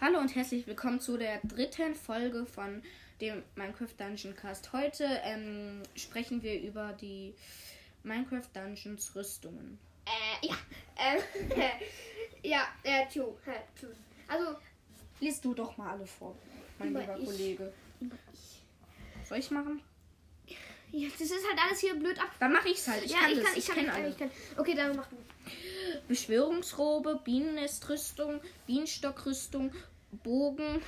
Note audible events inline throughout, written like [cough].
Hallo und herzlich willkommen zu der dritten Folge von dem Minecraft Dungeon Cast. Heute ähm, sprechen wir über die Minecraft Dungeons Rüstungen. Äh, ja. Äh, [laughs] ja, äh, tschu, äh, tschu. Also, Lies du doch mal alle vor, mein Über lieber ich. Kollege. Soll ich machen? ja, das ist halt alles hier blöd ab. Dann mache ich's halt. Ich ja, kann ich das. kann, ich kann, kenn ich kann, alle. ich kann. Okay, dann mach du. Beschwörungsrobe, Bienennestrüstung, Bienenstockrüstung, Bogen,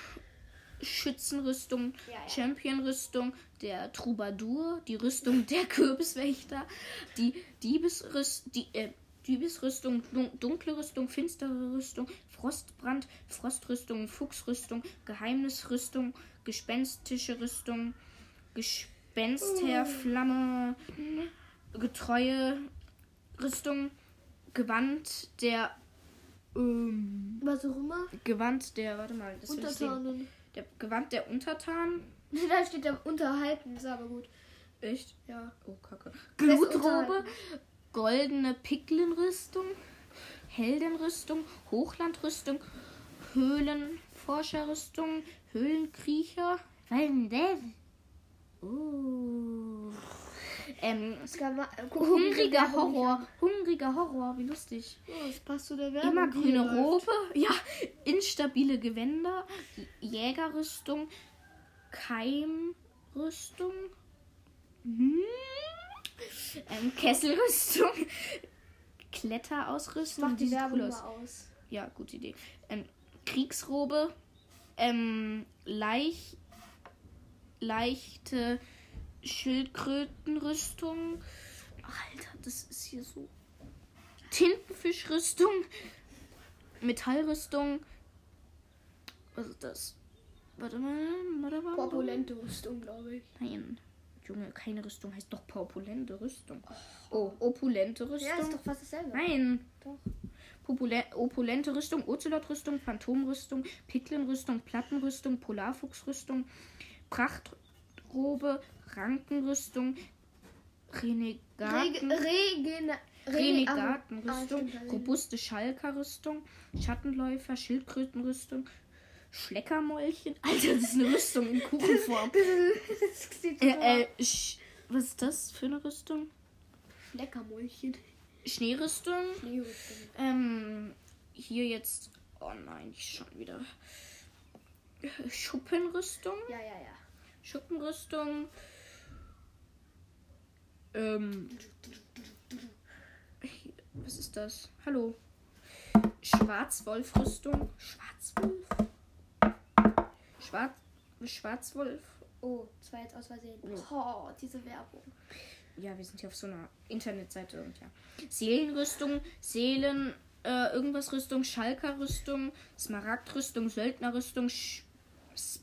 Schützenrüstung, Ja, ja. Championrüstung, der Troubadour, die Rüstung der Kürbiswächter, die Diebesrüst, die, äh, Diebesrüstung, dun- dunkle Rüstung, finstere Rüstung, Frostbrand, Frostrüstung, Fuchsrüstung, Geheimnisrüstung, gespenstische Rüstung, Gespensterflamme, Oh. getreue Rüstung, Gewand der ähm, Was auch immer. Gewand der, warte mal, das will ich sehen. Untertanen. Der Gewand der Untertan. [laughs] da steht da unterhalten, ist aber gut. Echt? Ja. Oh, Kacke. ist Blutrobe, unterhalten. goldene Piklinrüstung, Heldenrüstung, Hochlandrüstung, Höhlenforscherrüstung, Höhlenkriecher. Was denn das? Oh. Ähm, Skama äh, guck, hungriger Horror. Hungriger Horror, wie lustig. Oh, das passt zu der Werbung. Immer grüne die läuft. Robe, ja, instabile Gewänder, Jägerrüstung, Keimrüstung, hm, ähm, Kesselrüstung, Kletterausrüstung. Mach die sieht Werbung cool aus. mal aus. Ja, gute Idee. Ähm, Kriegsrobe, ähm, leicht, leichte Schildkrötenrüstung. Alter, das ist hier so. Tintenfischrüstung, Metallrüstung. Was ist das? Warte mal, warte mal. warte mal. Populente Rüstung, glaube ich. Nein. Junge, keine Rüstung heißt doch opulente Rüstung. Oh, opulente Rüstung. Ja, ist doch fast dasselbe. Nein. Doch. Populä opulente Rüstung, Ozelotrüstung, Phantomrüstung, Piklinrüstung, Plattenrüstung, Polarfuchsrüstung, Prachtrobe, Rankenrüstung, Regen, Renegaten, Regen, Renegatenrüstung, Ah, stimmt, robuste Schalkerrüstung, Schattenläufer, Schildkrötenrüstung, Schleckermäulchen. [laughs] Alter, das ist eine Rüstung in Kuchenform. [laughs] das sieht so Äh, äh, Sch- was ist das für eine Rüstung? Leckermäulchen. Schneerüstung, Schneerüstung. Ähm, hier jetzt. Oh nein, ich schon wieder. Schuppenrüstung. Ja, ja, ja. Schuppenrüstung. Ähm. hier, Was ist das? Hallo. Schwarzwolfrüstung. Schwarzwolf. Schwarz. Schwarzwolf. Oh, das war jetzt aus Versehen. Oh, diese Werbung. Ja, wir sind hier auf so einer Internetseite und ja. Seelenrüstung, Seelen, äh, irgendwas Rüstung, Schalkerrüstung, Smaragdrüstung, Söldnerrüstung, Sch S-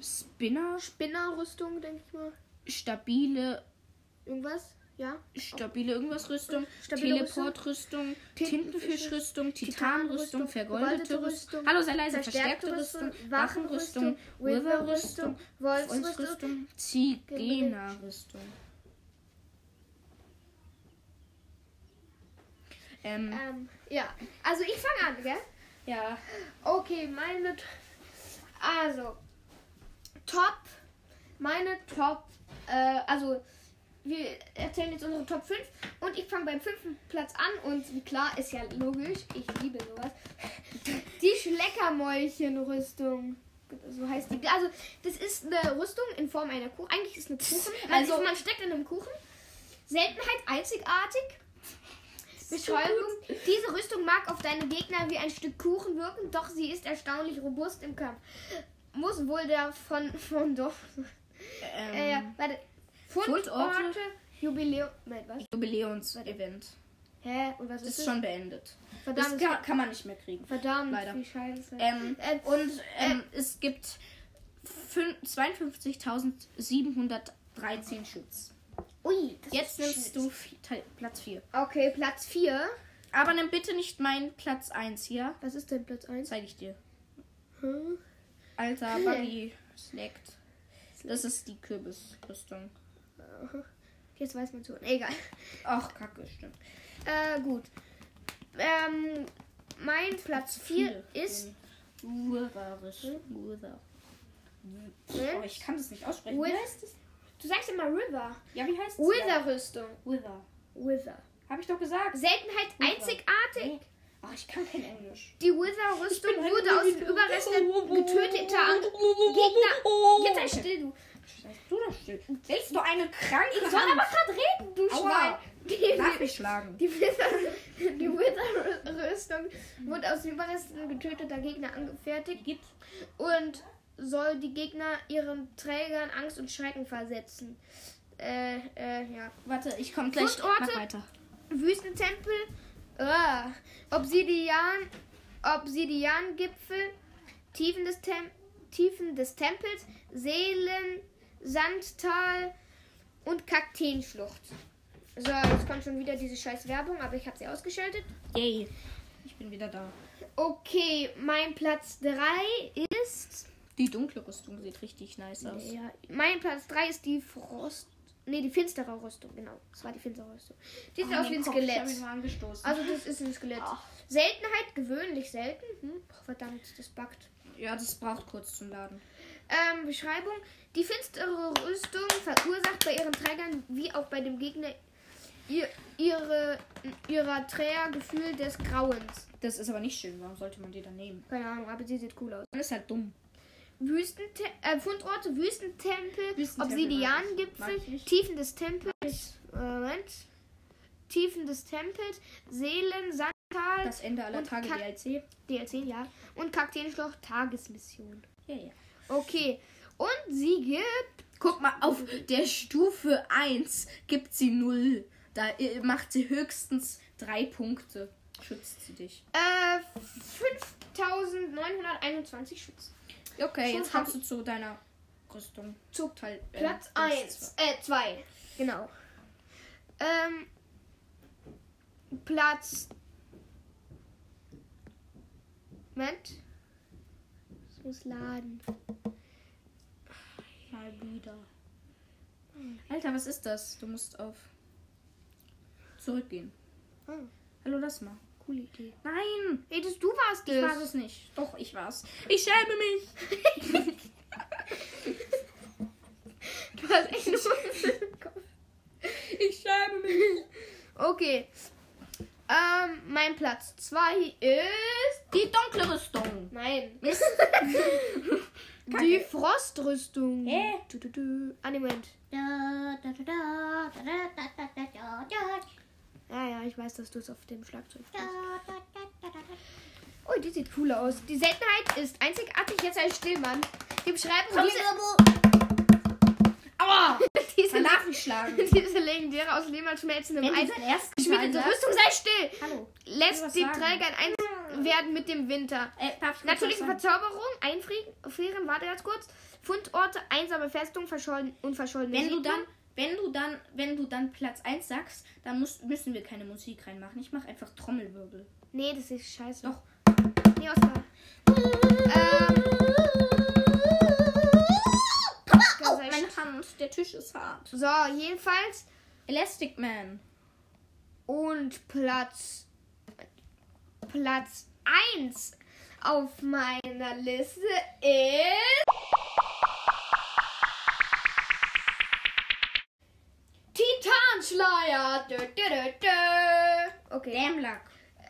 Spinner, Spinnerrüstung, denke ich mal. stabile, Irgendwas? Ja. stabile irgendwas Rüstung, Stabile Teleportrüstung, Tintenfisch- Tintenfischrüstung, Titanrüstung, Titanrüstung, vergoldete vergoldete Rüstung. Rüstung, Hallo, sei leise, verstärkte Rüstung, Wachenrüstung, Riverrüstung, Wolfsrüstung. Genau. Wolfsrüstung, Zigeunerrüstung. Ähm, Ähm, ja. Also ich fange an, gell? ja. Okay, meine. T- Also, Top. Meine Top. Äh, also, wir erzählen jetzt unsere Top 5. Und ich fange beim fünften Platz an. Und wie klar, ist ja logisch. Ich liebe sowas. [laughs] Die Schleckermäulchen-Rüstung. So heißt die. Also, das ist eine Rüstung in Form einer Kuchen. Eigentlich ist eine Kuchen. Man, also, Also- ist, man steckt in einem Kuchen. Seltenheit einzigartig. Beschreibung. Diese Rüstung mag auf deine Gegner wie ein Stück Kuchen wirken, doch sie ist erstaunlich robust im Kampf. Muss wohl der von, von Dorf. Äh, ja, Ähm, warte. Fundorte? Fundorte, Jubiläum. Moment, was? Jubiläums-Event. Hä? Und was ist, Ist das? schon beendet. Das Verdammt. kann, kann man nicht mehr kriegen. verdammt, Leider. wie scheiße. Ähm, Äh, und ähm, es gibt fün- 52.713 Schutz. Ui, das Jetzt ist nimmst schlimm. du vi- Teil- Platz 4. Okay, Platz 4. Aber nimm bitte nicht meinen Platz 1 hier. Was ist denn Platz 1? Zeige ich dir. Hm? [laughs] Alter, Buggy slackt. Das ist die Kürbisrüstung. Jetzt weiß man schon. Egal. [laughs] Ach, kacke, stimmt. Mhm. Äh, gut. Ähm, mein Platz 4 ist Wi- Rüstung. Wither. Hm? Oh, ich kann das nicht aussprechen. Wither? Wie heißt es? Du sagst immer River. Ja, wie heißt es? Wither-Rüstung. Wither. Wither. Habe ich doch gesagt. Seltenheit Wither. einzigartig. Ach, ich kann kein Englisch. Die Wither-Rüstung wurde aus den Überresten getöteter Ang Gegner. Jetzt sei still, du. Scheiß du doch still. Willst du eine kranke Ich soll aber gerade reden, du Aua. Schwein. Lass Die, mich schlagen. die Wither- die Wither-Rüstung wurde aus den Überresten getöteter Gegner angefertigt. Gibt's? und soll die Gegner ihren Trägern Angst und Schrecken versetzen. Äh, äh, ja. Warte, ich komme gleich. Fundorte? Mach weiter. Wüstentempel, ah, Obsidian, Obsidiangipfel, Tiefen des, Tem Tiefen des Tempels, Seelen, Sandtal und Kakteenschlucht. So, jetzt kommt schon wieder diese scheiß Werbung, aber ich habe sie ausgeschaltet. Yay. Ich bin wieder da. Okay, mein Platz 3 ist Die dunkle Rüstung sieht richtig nice aus. Ja, mein Platz 3 ist die Frost. Nee, die finstere Rüstung, genau. Das war die finstere Rüstung. Die sieht Ah, aus wie mein ein Kopf, Ich hab ihn Skelett. mal angestoßen. Also das ist ein Skelett. Ach. Seltenheit, gewöhnlich selten. Hm, boah, verdammt, das backt. ja, das braucht kurz zum Laden. Ähm, Beschreibung. Die finstere Rüstung verursacht bei ihren Trägern wie auch bei dem Gegner ihr, ihre, ihrer Träger Gefühl des Grauens. Das ist aber nicht schön. Warum sollte man die dann nehmen? Keine Ahnung, aber sie sieht cool aus. Man ist halt dumm. Wüstente äh, Fundorte, Wüstentempel, Wüstentempel mag Obsidiangipfel, ich. Mag ich nicht. Tiefen des Tempels, äh, Moment, Tiefen des Tempels, Seelen, Sandtal, Das Ende aller Und Tage Kack- DLC. DLC, ja, und Kakteenschlucht, Tagesmission. Ja, ja. Okay, und sie gibt, Guck mal, auf der Stufe 1 gibt sie 0. Da äh, macht sie höchstens 3 Punkte. Schützt sie dich. äh, 5921 Schutz. Okay, Schon jetzt hab kannst du zu deiner Rüstung. Zu Teil, äh, Platz Dings 1, äh, 2, genau. Ähm, Platz. Moment. Ich muss laden. zwei. Mal wieder. Alter, was ist das? Du musst auf. Zurückgehen. Hm. Hallo, lass mal. Coole Idee. Nein! Hey, das du warst Ich war das. es nicht. Doch, ich war's. Ich schäme mich! Du hast [laughs] echt nur im Kopf. Ich schäme mich! Okay. Ähm, mein Platz 2 ist. Die dunkle Rüstung! [laughs] Nein. Mist. Die Frostrüstung. Hä? Du, du, du. Ah, nee, Moment. Ja, ja, ich weiß, dass du es auf dem Schlagzeug spielst. Oh, die sieht cool aus. Die Seltenheit ist einzigartig. Jetzt als Stillmann. Die Beschreibung diese, Aua! diese, Danach ich schlagen. [laughs] diese legendäre aus Lehmann schmelzendem Wenn du Eis das erste geschmiedete Mal Rüstung, sei still! ne? Hallo. Lässt was die sagen? Träger in eins werden mit dem Winter. Äh, darf ich kurz Natürliche was sagen? Verzauberung, Einfrieren, frieren, warte ganz kurz. Fundorte, einsame Festung, verschollen und verschollene Wenn du Siedlung. dann, wenn du dann, wenn du dann Platz 1 sagst, dann muss, müssen wir keine Musik reinmachen. Ich mache einfach Trommelwirbel. Nee, das ist scheiße. Doch. Nee, Oskar. Ähm, Oh, sei meine Hand, der Tisch ist hart. so, jedenfalls. Elastic Man. Und Platz. Platz 1 auf meiner Liste ist. Titanschleier. Dö, dö, dö, dö. Okay. Dämlack.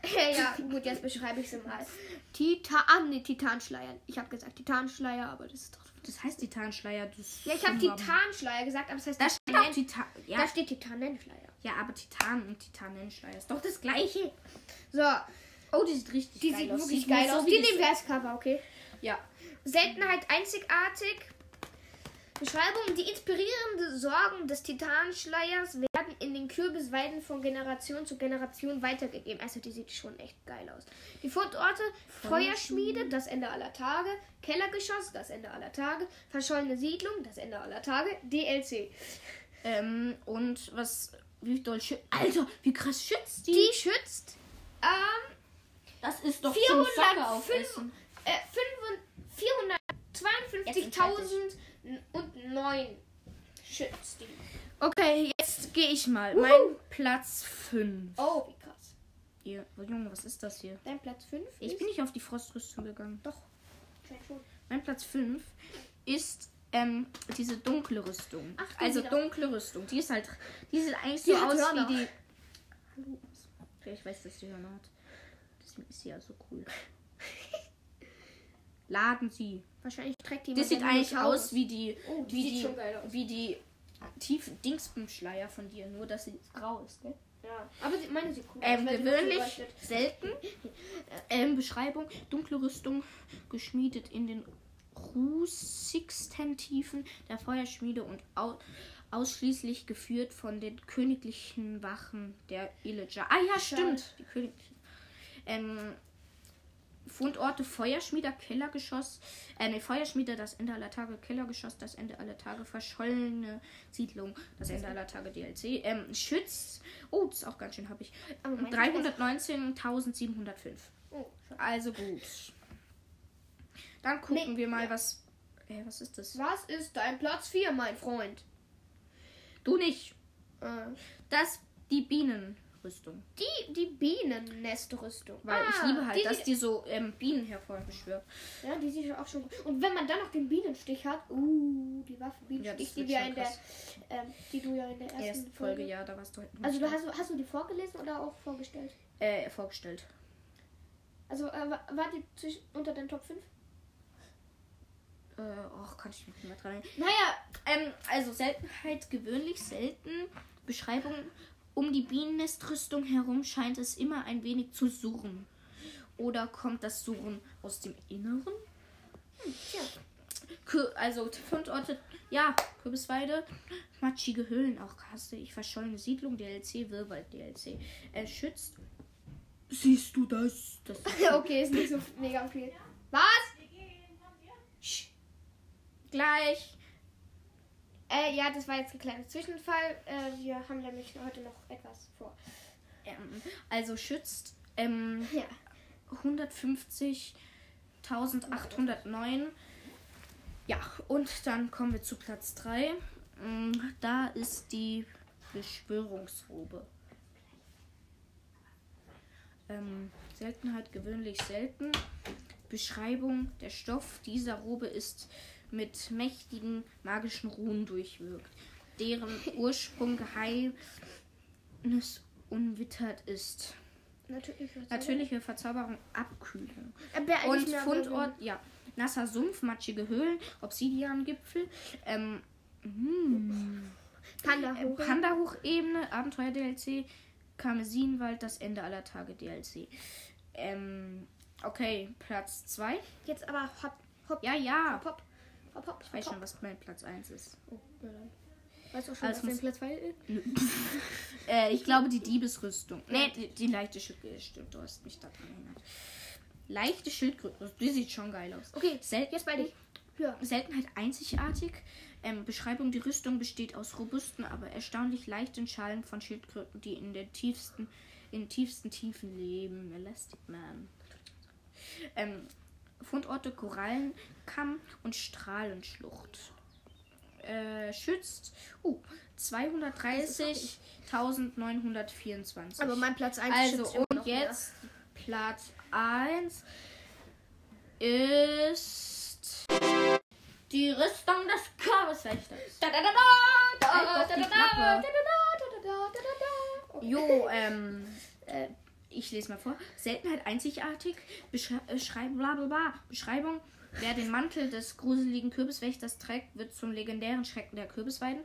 [laughs] ja, gut, jetzt beschreibe ich sie mal. Titan. Ah, nee, Titanschleier. Ich habe gesagt Titanschleier, aber das ist doch. Das heißt Titanschleier. du Ja, ich habe Schuhwaben. Titanschleier gesagt, aber es heißt Da steht auch Titan. Titan- Da Ja, steht Titanenschleier. ja, aber Titan und Titanenschleier ist doch das gleiche. So, Oh, die sieht richtig Die geil sieht aus. wirklich nur geil so aus. wie Die das- nehmen wir als Cover, okay? Ja. Seltenheit einzigartig. Beschreibung: Die inspirierenden Sorgen des Titanschleiers werden in den Kürbisweiden von Generation zu Generation weitergegeben. Also, die sieht schon echt geil aus. Die Fundorte: Feuerschmiede, das Ende aller Tage, Kellergeschoss, das Ende aller Tage, verschollene Siedlung, das Ende aller Tage, DLC. Ähm, und was. Wie doll schützt. Alter, wie krass schützt die? Die schützt ähm, Das ist doch 405 zum Socke aufessen. äh, 452.009 schützt die. Okay, jetzt gehe ich mal. Mein Platz 5. Oh, wie krass. Hier. Junge, was ist das hier? Dein Platz 5? Ich bin nicht auf die Frostrüstung gegangen. Doch. Wahrscheinlich schon. Mein Platz 5 ist ähm, diese dunkle Rüstung. Ach, die also sieht auch- dunkle Rüstung. Die ist halt, die sieht eigentlich Die so hat aus Hörner. wie die. Hallo. Ja, Ich weiß, dass die Hörner hat. Deswegen ist sie ja so cool. [laughs] Laden sie. Wahrscheinlich trägt die Das sieht eigentlich aus wie. wie die, Oh, die wie sieht die, schon geil aus. wie die tiefen Dingsbumschleier von dir, nur dass sie grau ist, gell? Ja. Aber sie- meine sieht cool aus. Ähm, weil die noch gewöhnlich, beleuchtet. selten. äh, Ähm, Beschreibung: Dunkle Rüstung, geschmiedet in den rußigsten Tiefen der Feuerschmiede und au ausschließlich geführt von den königlichen Wachen der Illager. Ah ja, stimmt. Die königlichen. Ähm, Fundorte Feuerschmieder, Kellergeschoss, äh, nee, Feuerschmiede, das Ende aller Tage, Kellergeschoss, das Ende aller Tage, verschollene Siedlung, das Ende aller Tage DLC, ähm, Schütz, oh, das ist auch ganz schön hab ich, Aber meinst du, 319.705. Oh, schade. Also gut. Dann gucken wir mal, was, äh, was ist das? was ist dein Platz 4, mein Freund? Du nicht, Äh, das, die Bienenrüstung, die die Bienennestrüstung. weil ich Ah, liebe halt, die dass sieht- die so ähm, Bienen hervorbeschwört. Ja, die sieht auch schon Und wenn man dann noch den Bienenstich hat, uh, die Waffe Ja, das Bienenstich, die wird wir schon in der, krass. ähm, die du ja in der ersten Erste Folge, ja, da warst du halt noch Also du nicht hast, hast du die vorgelesen oder auch vorgestellt? da. äh, vorgestellt. Also äh, wa- war die zwischen, unter den Top 5? Äh, och, kann ich mich nicht mehr dran erinnern. Naja, Ähm, also Seltenheit gewöhnlich selten. Beschreibung. Um die Bienennestrüstung herum scheint es immer ein wenig zu surren. Oder kommt das Surren aus dem Inneren? Hm, ja. Kü also Fundorte, ja, Kürbisweide, matschige Höhlen, auch hasse ich, verschollene Siedlung, DLC, Wirrwald, DLC. Er äh, schützt. Siehst du das? Das [laughs] okay, ist nicht so mega viel. Was? Sch- Gleich. Äh, ja, das war jetzt ein kleiner Zwischenfall. Äh, wir haben nämlich heute noch etwas vor. Ähm, also schützt. Ähm, [laughs] Ja. 150.809. Ja, und dann kommen wir zu Platz 3. Da ist die Beschwörungsrobe. Ähm, Seltenheit gewöhnlich selten. Beschreibung: Der Stoff dieser Robe ist mit mächtigen magischen Runen durchwirkt, deren Ursprung geheimnisunwittert ist. Natürlich. was Natürliche Verzauberung, Abkühlung. soll ich- Äh, wär Und eigentlich mehr- Fundort, ja. Nasser Sumpf, matschige Höhlen, Obsidiangipfel, ähm, mm, Panda. äh, Panda-Hochebene, Abenteuer-DLC, Karmesinwald, das Ende aller Tage DLC. Ähm, okay, Platz 2. Jetzt aber hopp, hopp, Ja, ja. hopp, hopp, hopp, hopp. Ich weiß hopp. schon, was mein Platz 1 ist. Oh, ja, dann. Weißt du schon, Also was dein muss- Platz 2 ist? Äh, ich glaube, die Diebesrüstung. Nee, die, die leichte Schildkröte. Stimmt, du hast mich daran erinnert. Leichte Schildkröte. Die sieht schon geil aus. Okay, Selten, jetzt bei dich. Ja. Seltenheit halt einzigartig. Ähm, Beschreibung: Die Rüstung besteht aus robusten, aber erstaunlich leichten Schalen von Schildkröten, die in den tiefsten, in tiefsten Tiefen leben. Elastic Man. Ähm, Fundorte: Korallenkamm und Strahlenschlucht. Äh, schützt uh, 230.924. Aber mein Platz 1 Also, und jetzt Platz 1 ist die Rüstung des Kürbiswächters. Da, da, da, da, da, Halt doch da, die da, da, da, da, da, da, da, Klappe. da, da, da, Oh. da. Okay. Jo, ähm, äh, ich lese mal vor. Seltenheit einzigartig. Beschrei äh, schrei- bla, bla, bla. Beschreibung. Wer den Mantel des gruseligen Kürbiswächters trägt, wird zum legendären Schrecken der Kürbisweiden.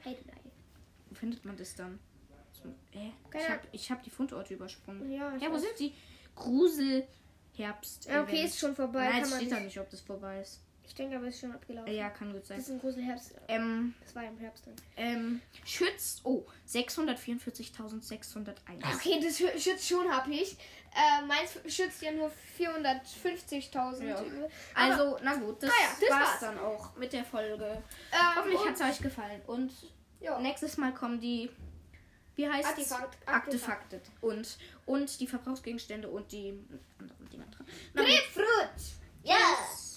Wo findet man das dann? Zum, hä? Keine Ich habe ich hab die Fundorte übersprungen. Ja, ich ja wo weiß. sind die? Grusel, Herbst. Ja, okay, Event. ist schon vorbei. Nein, kann es man steht da nicht. nicht, ob das vorbei ist. Ich denke aber, es ist schon abgelaufen. Äh, Ja, kann gut Das sein. ist ein großer Herbst. Ähm, Das war ja im Herbst dann. ähm, schützt, oh, 644.601. Okay, das schü- schützt schon hab ich. Äh, meins schützt ja nur Ähm, 450.000. Ja. Aber, Also, na gut, das, Ah ja, das war's, war's. dann auch mit der Folge. ähm, Hoffentlich und- hat's euch gefallen. Und ja. nächstes Mal kommen die, wie heißt Artefakt- Artefakte. Und, und die Verbrauchsgegenstände und die anderen Dinger dran. Na gut. Grapefruit! Yes!